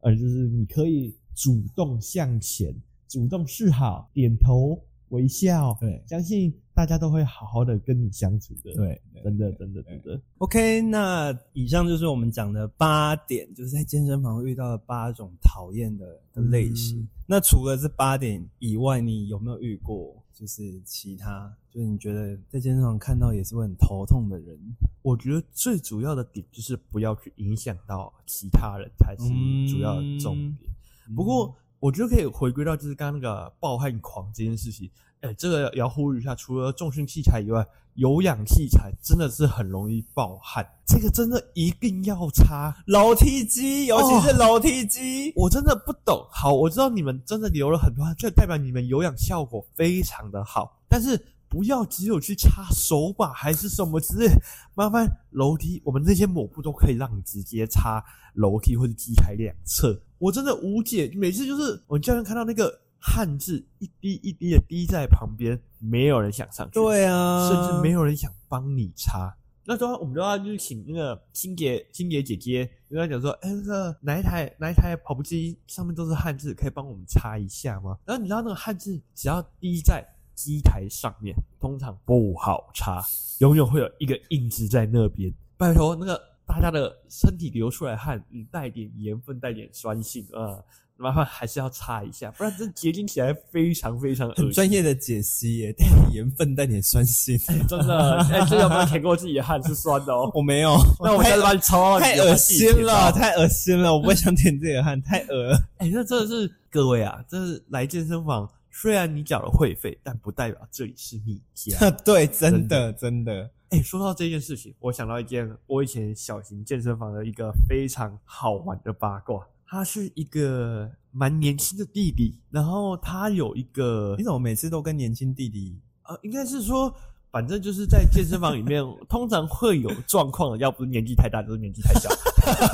[SPEAKER 1] 呃，就是你可以主动向前，主动示好，点头微笑，
[SPEAKER 2] 对
[SPEAKER 1] 相信大家都会好好的跟你相处的，，
[SPEAKER 2] 对
[SPEAKER 1] 真的，真的，真的，
[SPEAKER 2] ，OK，那以上就是我们讲的八点，就是在健身房遇到的八种讨厌的的类型。
[SPEAKER 1] 嗯
[SPEAKER 2] 那除了这八点以外，你有没有遇过就是其他，就是你觉得在健身房看到也是会很头痛的人？
[SPEAKER 1] 我觉得最主要的点就是不要去影响到其他人，才是主要的重点。不过，我觉得可以回归到就是刚刚那个暴汗狂这件事情。哎、这个也要呼吁一下，除了重训器材以外，有氧器材真的是很容易暴汗，这个真的一定要擦。
[SPEAKER 2] 楼梯机，尤其
[SPEAKER 1] 哦
[SPEAKER 2] 是楼梯机，
[SPEAKER 1] 我真的不懂。好，我知道你们真的流了很多汗，这代表你们有氧效果非常的好，但是不要只有去擦手把还是 [LAUGHS] 什么之类。麻烦楼梯，我们那些抹布都可以让你直接擦楼梯或者机台两侧。我真的无解，每次就是我教练看到那个汗渍一滴一滴的滴在旁边，没有人想上去。
[SPEAKER 2] 对啊，
[SPEAKER 1] 甚至没有人想帮你擦。那时候我们都要就是请那个清洁清洁姐姐，跟她讲说，哎、那个哪一台哪一台跑步机上面都是汉字，可以帮我们擦一下吗？然后你知道那个汉字只要滴在机台上面，通常不好擦，永远会有一个印子在那边。拜托，那个大家的身体流出来的汗，你带点盐分，带点酸性啊、呃麻烦还是要擦一下，不然这结晶起来非常非常恶
[SPEAKER 2] 很
[SPEAKER 1] 心。
[SPEAKER 2] 专业的解析耶，带点盐分，带点酸性。
[SPEAKER 1] 真的， [LAUGHS] 哎、这有没有舔过自己的汗是酸的哦？
[SPEAKER 2] 我没有，
[SPEAKER 1] 那我下次把你抽到
[SPEAKER 2] 太
[SPEAKER 1] 你的
[SPEAKER 2] 恶
[SPEAKER 1] 汗自己舔
[SPEAKER 2] 心了，
[SPEAKER 1] 吧。
[SPEAKER 2] 太恶心了，我不会想舔自己的汗，太恶了。 [LAUGHS]
[SPEAKER 1] 哎、那真的是各位啊，真是来健身房，虽然你缴了会费，但不代表这里是你家。 [LAUGHS]
[SPEAKER 2] 对，真的，真的，
[SPEAKER 1] 哎、说到这件事情，我想到一件我以前小型健身房的一个非常好玩的八卦。他是一个蛮年轻的弟弟，然后他有一个
[SPEAKER 2] 你怎么每次都跟年轻弟弟？
[SPEAKER 1] 呃，应该是说，反正就是在健身房里面，通常会有状况的，要不是年纪太大，就是年纪太小。 [LAUGHS]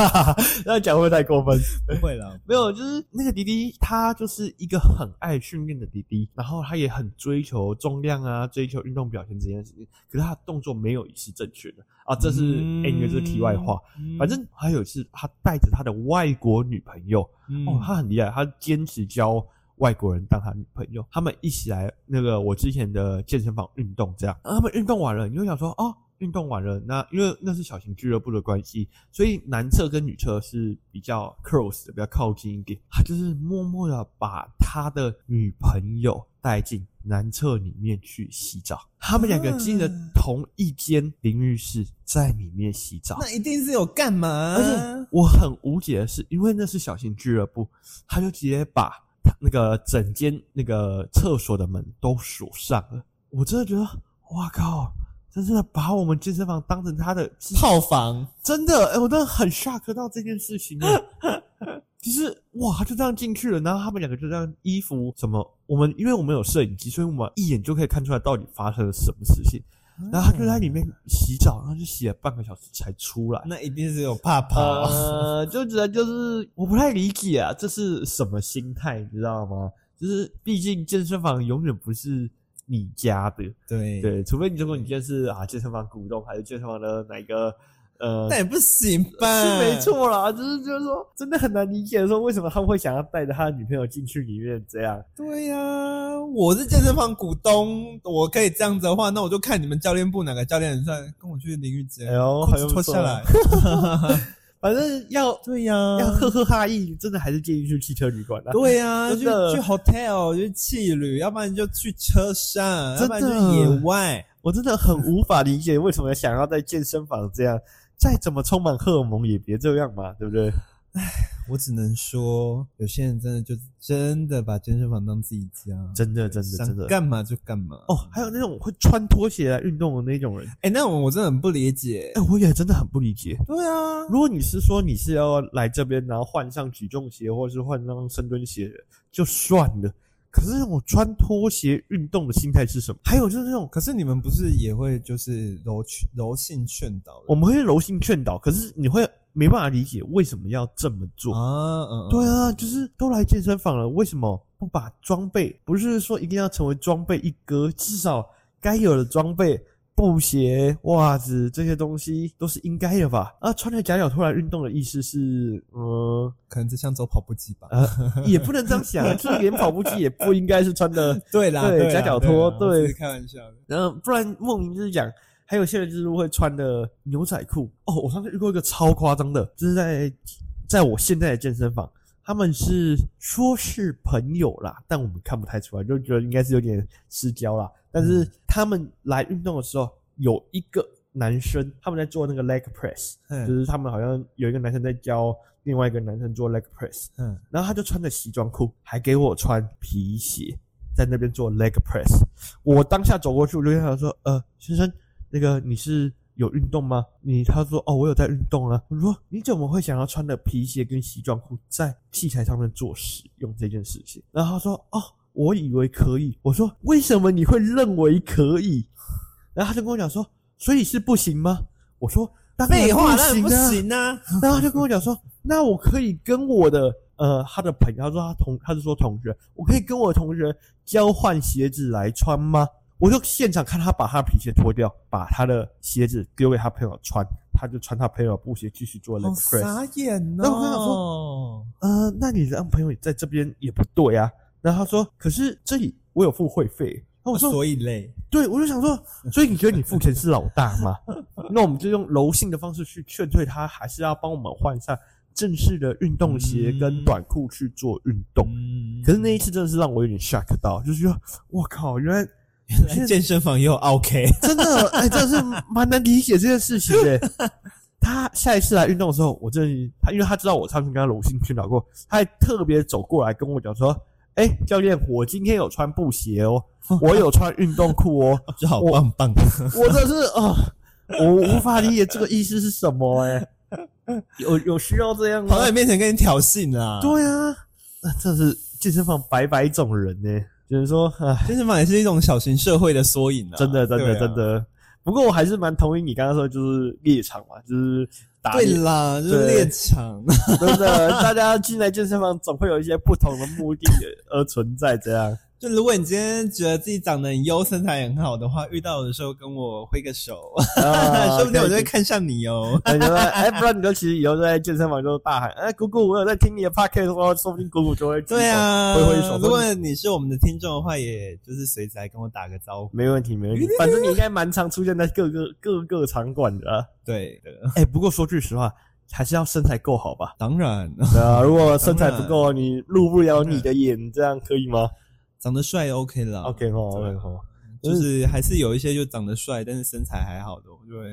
[SPEAKER 1] 那讲会不会太过分？
[SPEAKER 2] 不会了，
[SPEAKER 1] 没有，就是那个迪迪，他就是一个很爱训练的迪迪，然后他也很追求重量啊，追求运动表现这件事情。可是他的动作没有一次正确的啊， [LAUGHS] 这是哎、
[SPEAKER 2] 嗯
[SPEAKER 1] 欸，你们这是题外话。
[SPEAKER 2] 嗯
[SPEAKER 1] 反正还有一次，他带着他的外国女朋友，哦，
[SPEAKER 2] 嗯
[SPEAKER 1] 他很厉害，他坚持教外国人当他女朋友，他们一起来那个我之前的健身房运动，这样，然后他们运动完了，你就想说哦，运动完了，那因为那是小型俱乐部的关系，所以男侧跟女侧是比较 close 的，比较靠近一点，他就是默默的把他的女朋友带进男厕里面去洗澡，他们两个进了
[SPEAKER 2] 啊
[SPEAKER 1] 同一间淋浴室，在里面洗澡，
[SPEAKER 2] 那一定是有干嘛？
[SPEAKER 1] 而且我很无解的是，因为那是小型俱乐部，他就直接把他那个整间那个厕所的门都锁上了。我真的觉得，哇靠！真的把我们健身房当成他的自
[SPEAKER 2] 套房，
[SPEAKER 1] 真的，哎、我真的很 shock 到这件事情耶。 [LAUGHS] 其实哇，他就这样进去了，然后他们两个就这样衣服什么，我们因为我们有摄影机，所以我们一眼就可以看出来到底发生了什么事情。然后他就在里面洗澡，然后就洗了半个小时才出来。
[SPEAKER 2] 啊那一定是有怕怕。
[SPEAKER 1] 呃呃，就只能就是我不太理解啊，这是什么心态，你知道吗？就是毕竟健身房永远不是你家的，
[SPEAKER 2] 对，
[SPEAKER 1] 对，除非你如果你今天是啊健身房股东，还是健身房的哪一个呃，
[SPEAKER 2] 那也不行吧？
[SPEAKER 1] 是没，错啦，就是就是说真的很难理解说为什么他会想要带着他的女朋友进去里面这样，
[SPEAKER 2] 对呀、我是健身房股东，我可以这样子的话，那我就看你们教练部哪个教练很帅，跟我去淋浴间，
[SPEAKER 1] 哎呦，
[SPEAKER 2] 裤
[SPEAKER 1] 好
[SPEAKER 2] 子
[SPEAKER 1] 像
[SPEAKER 2] 脱
[SPEAKER 1] 不
[SPEAKER 2] 下
[SPEAKER 1] 错
[SPEAKER 2] 来
[SPEAKER 1] 啦，。反正要
[SPEAKER 2] 对呀、
[SPEAKER 1] 要呵呵哈 [LAUGHS] 意，真的还是建议去汽车旅馆啊啦。
[SPEAKER 2] [LAUGHS] 对呀、去
[SPEAKER 1] 真的
[SPEAKER 2] 去 hotel 去气旅，要不然就去车上，要
[SPEAKER 1] 真
[SPEAKER 2] 不
[SPEAKER 1] 的
[SPEAKER 2] 然就野外。
[SPEAKER 1] 我真的很无法理解为什么想要在健身房这样，再怎么充满荷尔蒙也别这样嘛，对不对？
[SPEAKER 2] 我只能说，有些人真的就真的把健身房当自己家，
[SPEAKER 1] 真的真的真
[SPEAKER 2] 想
[SPEAKER 1] 的
[SPEAKER 2] 干嘛就干嘛。
[SPEAKER 1] 哦，还有那种会穿拖鞋来运动的那种人，
[SPEAKER 2] 哎、那我我真的很不理解
[SPEAKER 1] 哎、。我也真的很不理解。
[SPEAKER 2] 对啊，
[SPEAKER 1] 如果你是说你是要来这边，然后换上举重鞋或是换上深蹲鞋就算了，可是那种穿拖鞋运动的心态是什么？还有就是那种，
[SPEAKER 2] 可是你们不是也会就是柔劝柔性劝导人
[SPEAKER 1] 我们会柔性劝导，可是你会没办法理解为什么要这么做。
[SPEAKER 2] 啊？嗯，嗯
[SPEAKER 1] 哦对，啊，就是都来健身房了，为什么不把装备？不是说一定要成为装备一哥，至少该有的装备，布鞋、袜子这些东西都是应该的吧？啊，穿着夹脚拖来运动的意思是，嗯，
[SPEAKER 2] 可能只想走跑步机吧。
[SPEAKER 1] 也不能这样想，啊就是连跑步机也不应该是穿的，
[SPEAKER 2] 对啦，
[SPEAKER 1] 对
[SPEAKER 2] 对啦，
[SPEAKER 1] 夹脚拖
[SPEAKER 2] 对啦，我只
[SPEAKER 1] 对
[SPEAKER 2] 是开玩笑的。
[SPEAKER 1] 然后不然莫名就是讲，还有些人就是会穿的牛仔裤。哦，我上次遇过一个超夸张的，就是在在我现在的健身房，他们是说是朋友啦，但我们看不太出来，就觉得应该是有点失交啦。但是他们来运动的时候，有一个男生他们在做那个 leg press，就
[SPEAKER 2] 嗯
[SPEAKER 1] 是他们好像有一个男生在教另外一个男生做 leg press，
[SPEAKER 2] 嗯，
[SPEAKER 1] 然后他就穿着西装裤，还给我穿皮鞋，在那边做 leg press。我当下走过去，我就跟他说：“呃，先生，那个你是有运动吗？”你他说：“哦，我有在运动啊。”我说：“你怎么会想要穿着皮鞋跟西装裤在器材上面做使用这件事情？”然后他说：“哦，我以为可以。”我说：“为什么你会认为可以？”然后他就跟我讲说：“所以是不行吗？”我说：“当然
[SPEAKER 2] 废话，那
[SPEAKER 1] 不
[SPEAKER 2] 不
[SPEAKER 1] 行啊。”
[SPEAKER 2] 行啊。
[SPEAKER 1] 然后他就跟我讲说，那我可以跟我的呃他的朋友，他说他同他是说同学，我可以跟我的同学交换鞋子来穿吗？我就现场看他把他的皮鞋脱掉，把他的鞋子丢给他朋友穿，他就穿他朋友的布鞋继续做 leg
[SPEAKER 2] 啊好
[SPEAKER 1] press。
[SPEAKER 2] 傻眼
[SPEAKER 1] 那我跟他
[SPEAKER 2] 哦！
[SPEAKER 1] 呃，那你让朋友在这边也不对啊。然后他说，可是这里我有付会费。然后我说，
[SPEAKER 2] 所以累，
[SPEAKER 1] 对，我就想说，所以你觉得你付钱是老大吗？那我们就用柔性的方式去劝退他，还是要帮我们换上正式的运动鞋跟短裤去做运动。
[SPEAKER 2] 嗯
[SPEAKER 1] 可是那一次真的是让我有点 shock 到，就是说，我靠，原来
[SPEAKER 2] 原来健身房也有
[SPEAKER 1] [LAUGHS]
[SPEAKER 2] OK，
[SPEAKER 1] 真的，哎，真的是蛮难理解这件事情的、他下一次来运动的时候，我真的，他因为他知道我上次跟他柔性劝导过，他还特别走过来跟我讲说：“哎、教练，我今天有穿布鞋哦，我有穿运动裤哦。”
[SPEAKER 2] 就好
[SPEAKER 1] [LAUGHS]
[SPEAKER 2] 棒棒。
[SPEAKER 1] 我这是啊、我无法理解这个意思是什么哎、
[SPEAKER 2] [LAUGHS]
[SPEAKER 1] 有有需要这样吗
[SPEAKER 2] 跑？到你面前跟你挑衅啊！
[SPEAKER 1] 对啊，那这是健身房百百种人呢、只能说唉，
[SPEAKER 2] 健身房也是一种小型社会的缩影啊！
[SPEAKER 1] 真的真
[SPEAKER 2] 对
[SPEAKER 1] 的
[SPEAKER 2] 啊
[SPEAKER 1] 真。的。不过我还是蛮同意你刚刚说，就是猎场嘛，就是打
[SPEAKER 2] 对
[SPEAKER 1] 猎
[SPEAKER 2] 啦，就是
[SPEAKER 1] 对
[SPEAKER 2] 猎场，
[SPEAKER 1] [LAUGHS]
[SPEAKER 2] [LAUGHS]
[SPEAKER 1] 真的，大家进来健身房总会有一些不同的目的而存在，这样。
[SPEAKER 2] 就如果你今天觉得自己长得很优，身材很好的话，遇到我的时候跟我挥个手，
[SPEAKER 1] 啊
[SPEAKER 2] [LAUGHS] 说不定我就
[SPEAKER 1] 可
[SPEAKER 2] 会
[SPEAKER 1] 以
[SPEAKER 2] 看上你哦。
[SPEAKER 1] 哎，你说哎，不然你就其实以后在健身房就大喊，哎，姑姑，我有在听你的 podcast，哦说不定姑姑就会举手
[SPEAKER 2] 对啊，
[SPEAKER 1] 挥挥手。
[SPEAKER 2] 如果你是我们的听众的话，也就是随时来跟我打个招呼。
[SPEAKER 1] 没问题，没问题。反正你应该蛮常出现在各个各个场馆的、啊。
[SPEAKER 2] 对的，
[SPEAKER 1] [LAUGHS] 哎、不过说句实话，还是要身材够好吧？嗯
[SPEAKER 2] 当然，
[SPEAKER 1] [LAUGHS]
[SPEAKER 2] [LAUGHS]
[SPEAKER 1] 对啊，如果身材不够，你入不了你的眼，这样可以吗
[SPEAKER 2] 长得帅 OK 啦。
[SPEAKER 1] ？OK 哦
[SPEAKER 2] 对
[SPEAKER 1] ，OK 哦。
[SPEAKER 2] 就是还是有一些就长得帅，但是身材还好的，我就会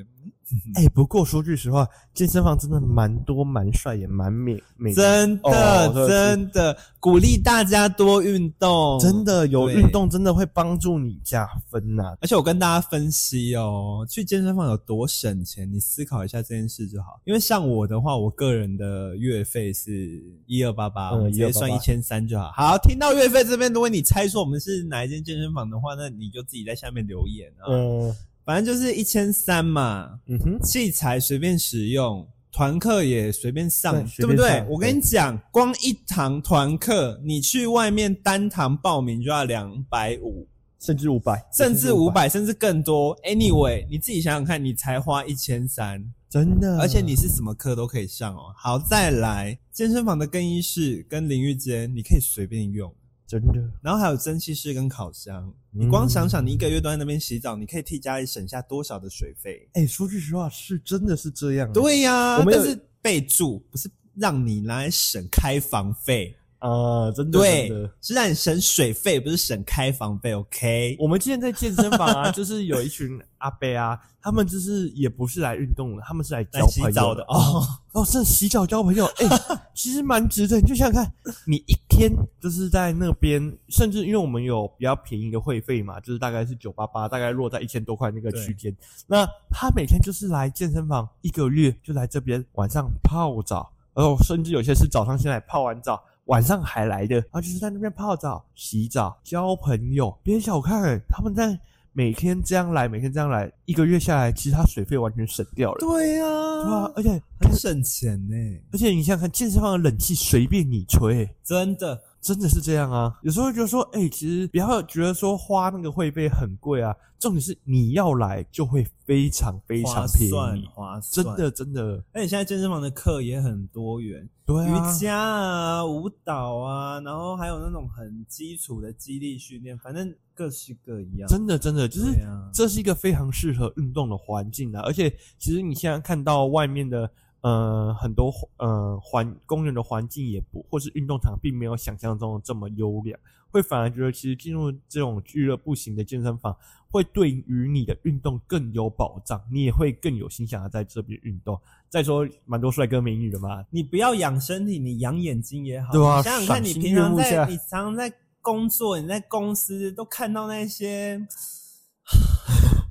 [SPEAKER 1] 哎、不过说句实话，健身房真的蛮多蛮帅也蛮美美的。
[SPEAKER 2] 真
[SPEAKER 1] 哦
[SPEAKER 2] 的真的鼓励大家多运动，
[SPEAKER 1] 真。的有
[SPEAKER 2] 对
[SPEAKER 1] 运动，真的会帮助你加分呐、
[SPEAKER 2] 而且我跟大家分析哦，去健身房有多省钱，你思考一下这件事就好。因为像我的话，我个人的月费是一二八八，
[SPEAKER 1] 嗯
[SPEAKER 2] 我们直接
[SPEAKER 1] 1288
[SPEAKER 2] 算一千三就好。好，听到月费这边，如果你猜说我们是哪一间健身房的话，那你就自己在下面留言啊。
[SPEAKER 1] 嗯
[SPEAKER 2] 反正就是一千三嘛，
[SPEAKER 1] 嗯哼，
[SPEAKER 2] 器材随便使用，团课也随便上，
[SPEAKER 1] 对
[SPEAKER 2] 对不
[SPEAKER 1] 随便
[SPEAKER 2] 对
[SPEAKER 1] 上？
[SPEAKER 2] 我跟你讲，光一堂团课，你去外面单堂报名就要两百五，
[SPEAKER 1] 甚至五百，
[SPEAKER 2] 甚至五，百，甚至更多。Anyway，你自己想想看，你才花一千三，
[SPEAKER 1] 真的。
[SPEAKER 2] 而且你是什么课都可以上哦。好，再来健身房的更衣室跟淋浴间，你可以随便用。
[SPEAKER 1] 真的，
[SPEAKER 2] 然后还有蒸汽室跟烤箱，
[SPEAKER 1] 你
[SPEAKER 2] 你光想想，你一个月都在那边洗澡，你可以替家里省下多少的水费？
[SPEAKER 1] 哎、说句实话，是真的是这样、啊
[SPEAKER 2] 对呀、
[SPEAKER 1] 我们有
[SPEAKER 2] 但是备注不是让你拿来省开房费，
[SPEAKER 1] 啊、真的，
[SPEAKER 2] 对
[SPEAKER 1] 真的，
[SPEAKER 2] 是让你省水费，不是省开房费。OK，
[SPEAKER 1] 我们之前在健身房啊，就是有一群阿伯啊，他们就是也不是来运动的，他们是来交
[SPEAKER 2] 来洗
[SPEAKER 1] 朋友
[SPEAKER 2] 澡的。哦，
[SPEAKER 1] 哦，是洗澡交朋友，哎、其实蛮值得。你就想想看，你一天就是在那边，甚至因为我们有比较便宜的会费嘛，就是大概是九八八，大概落在一千多块那个区间。那他每天就是来健身房一个月，就来这边晚上泡澡，然后甚至有些是早上先来泡完澡。晚上还来的，然后就是在那边泡澡、洗澡、交朋友。别小看、他们在每天这样来，每天这样来，一个月下来，其实他水费完全省掉了，
[SPEAKER 2] 对啊呀、
[SPEAKER 1] 对吧、而且
[SPEAKER 2] 很省钱呢、
[SPEAKER 1] 而且你想想看，健身房的冷气随便你吹、
[SPEAKER 2] 真的。
[SPEAKER 1] 真的是这样啊。有时候就说，哎、其实不要觉得说花那个会费很贵啊，重点是你要来就会非常非
[SPEAKER 2] 划
[SPEAKER 1] 常便
[SPEAKER 2] 算，
[SPEAKER 1] 宜，
[SPEAKER 2] 划算，
[SPEAKER 1] 真。的真的，
[SPEAKER 2] 而且现在健身房的课也很多元，
[SPEAKER 1] 对
[SPEAKER 2] 瑜
[SPEAKER 1] 啊，
[SPEAKER 2] 伽啊、舞蹈啊，然后还有那种很基础的肌力训练，反正各式各样。
[SPEAKER 1] 真的真的就是
[SPEAKER 2] 对啊
[SPEAKER 1] 这是一个非常适合运动的环境啊。而且其实你现在看到外面的。呃，很多呃环公园的环境也不，或是运动场，并没有想象中的这么优良，会反而觉得其实进入这种俱乐部型的健身房，会对于你的运动更有保障，你也会更有心想要在这边运动。再说，蛮多帅哥美女的嘛，
[SPEAKER 2] 你不要养身体，你养眼睛也好。
[SPEAKER 1] 对啊
[SPEAKER 2] 你想想看，你
[SPEAKER 1] 赏心
[SPEAKER 2] 平
[SPEAKER 1] 悦
[SPEAKER 2] 常
[SPEAKER 1] 目一
[SPEAKER 2] 在
[SPEAKER 1] 下
[SPEAKER 2] 你常常在工作，你在公司都看到那些，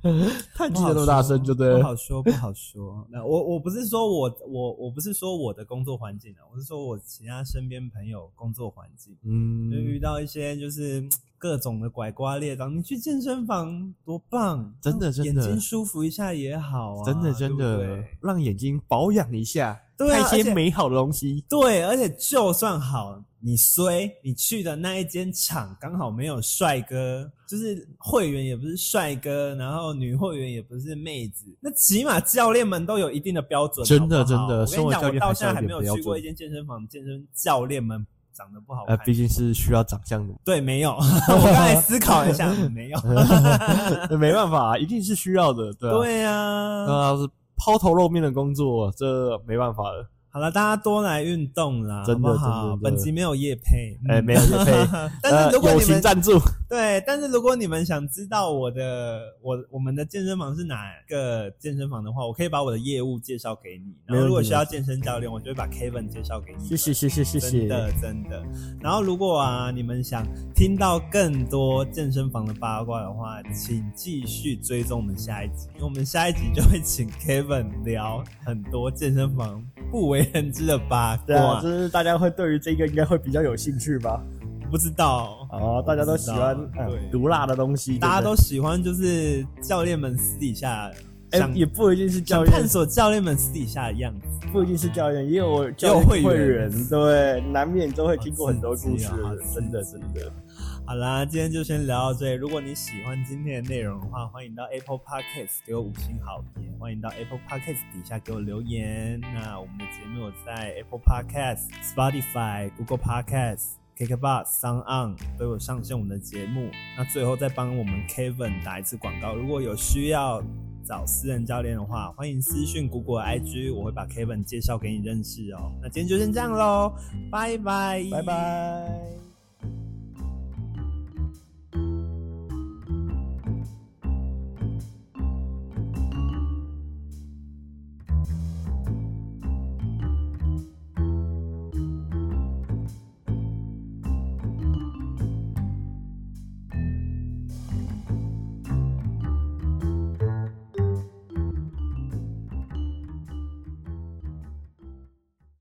[SPEAKER 1] 叹气
[SPEAKER 2] 不好
[SPEAKER 1] 的那么大
[SPEAKER 2] 说
[SPEAKER 1] 声，就对
[SPEAKER 2] 不
[SPEAKER 1] 了。
[SPEAKER 2] 好说，不好说。 [LAUGHS] 那我我不是说我我我不是说我的工作环境啊，我是说我其他身边朋友工作环境，就遇
[SPEAKER 1] 嗯，
[SPEAKER 2] 到一些就是各种的拐瓜裂枣。你去健身房多棒，
[SPEAKER 1] 真的真的
[SPEAKER 2] 眼睛舒服一下也好啊，
[SPEAKER 1] 真的真的，
[SPEAKER 2] 对不对
[SPEAKER 1] 让眼睛保养一下，
[SPEAKER 2] 对啊
[SPEAKER 1] 看一
[SPEAKER 2] 而且
[SPEAKER 1] 些美好的东西。
[SPEAKER 2] 对，而且就算好，你衰，你去的那一间厂刚好没有帅哥，就是会员也不是帅哥，然后女会员也不是妹子，那起码教练们都有一定的标准。
[SPEAKER 1] 真的
[SPEAKER 2] 好不
[SPEAKER 1] 真
[SPEAKER 2] 好
[SPEAKER 1] 的
[SPEAKER 2] 我
[SPEAKER 1] 身
[SPEAKER 2] 跟
[SPEAKER 1] 为
[SPEAKER 2] 你讲，
[SPEAKER 1] 教
[SPEAKER 2] 我
[SPEAKER 1] 练
[SPEAKER 2] 到
[SPEAKER 1] 还是
[SPEAKER 2] 现在
[SPEAKER 1] 有
[SPEAKER 2] 还
[SPEAKER 1] 点
[SPEAKER 2] 没有
[SPEAKER 1] 标
[SPEAKER 2] 去过一
[SPEAKER 1] 准
[SPEAKER 2] 间健身房，健身教练们长得不好
[SPEAKER 1] 呃
[SPEAKER 2] 看。，
[SPEAKER 1] 毕竟是需要长
[SPEAKER 2] [LAUGHS]
[SPEAKER 1] 相的嘛， [LAUGHS]
[SPEAKER 2] 对，没有，我刚才思考了一下，没有。
[SPEAKER 1] 没办法、啊一定是需要的， [LAUGHS] 对啊，嗯
[SPEAKER 2] 对呀、啊，
[SPEAKER 1] 那是抛头露面的工作，这没办法了。
[SPEAKER 2] 好了，大家多来运动啦，
[SPEAKER 1] 真的
[SPEAKER 2] 好不好？
[SPEAKER 1] 真的真的
[SPEAKER 2] 本集没有夜配，
[SPEAKER 1] 哎、
[SPEAKER 2] 嗯
[SPEAKER 1] 没有也配，
[SPEAKER 2] [LAUGHS] 但是如果
[SPEAKER 1] 呃、友
[SPEAKER 2] 你们
[SPEAKER 1] 情赞助，
[SPEAKER 2] 对，但是如果你们想知道我的我我们的健身房是哪个健身房的话，我可以把我的业务介绍给你。然后如果需要健身教练，我就会把 Kevin 介绍给你。
[SPEAKER 1] 啊谢谢。谢谢谢
[SPEAKER 2] 真
[SPEAKER 1] 谢，
[SPEAKER 2] 的真的，然后如果啊你们想听到更多健身房的八卦的话，请继续追踪我们下一集，因为我们下一集就会请 [LAUGHS] Kevin 聊很多健身房不为人知的八卦。
[SPEAKER 1] 对啊，就是大家会对于这个应该会比较有兴趣吧？
[SPEAKER 2] 不知道，
[SPEAKER 1] 哦，大家都喜欢
[SPEAKER 2] 不知道对
[SPEAKER 1] 嗯毒辣的东西，
[SPEAKER 2] 大家
[SPEAKER 1] 对不
[SPEAKER 2] 都喜欢就是教练们私底下
[SPEAKER 1] 对
[SPEAKER 2] 想、
[SPEAKER 1] 哎、也不一定是教
[SPEAKER 2] 想
[SPEAKER 1] 练
[SPEAKER 2] 探，索教练们私底下的样子，
[SPEAKER 1] 不一定是教练，也有
[SPEAKER 2] 也有
[SPEAKER 1] 教练
[SPEAKER 2] 会员
[SPEAKER 1] 员，对，难免都会听过
[SPEAKER 2] 好
[SPEAKER 1] 很多
[SPEAKER 2] 刺激
[SPEAKER 1] 故事
[SPEAKER 2] 啊好，刺
[SPEAKER 1] 真的
[SPEAKER 2] 激
[SPEAKER 1] 真的。
[SPEAKER 2] 好啦，今天就先聊到这里。如果你喜欢今天的内容的话，欢迎到 Apple Podcast 给我五星好评，欢迎到 Apple Podcast 底下给我留言。那我们的节目有在 Apple Podcast、Spotify、Google Podcast。KKBox、s o n On 都有上线我们的节目。那最后再帮我们 Kevin 打一次广告，如果有需要找私人教练的话，欢迎私讯谷谷的 IG，我会把 Kevin 介绍给你认识哦。那今天就先这样喽，拜拜，
[SPEAKER 1] 拜拜。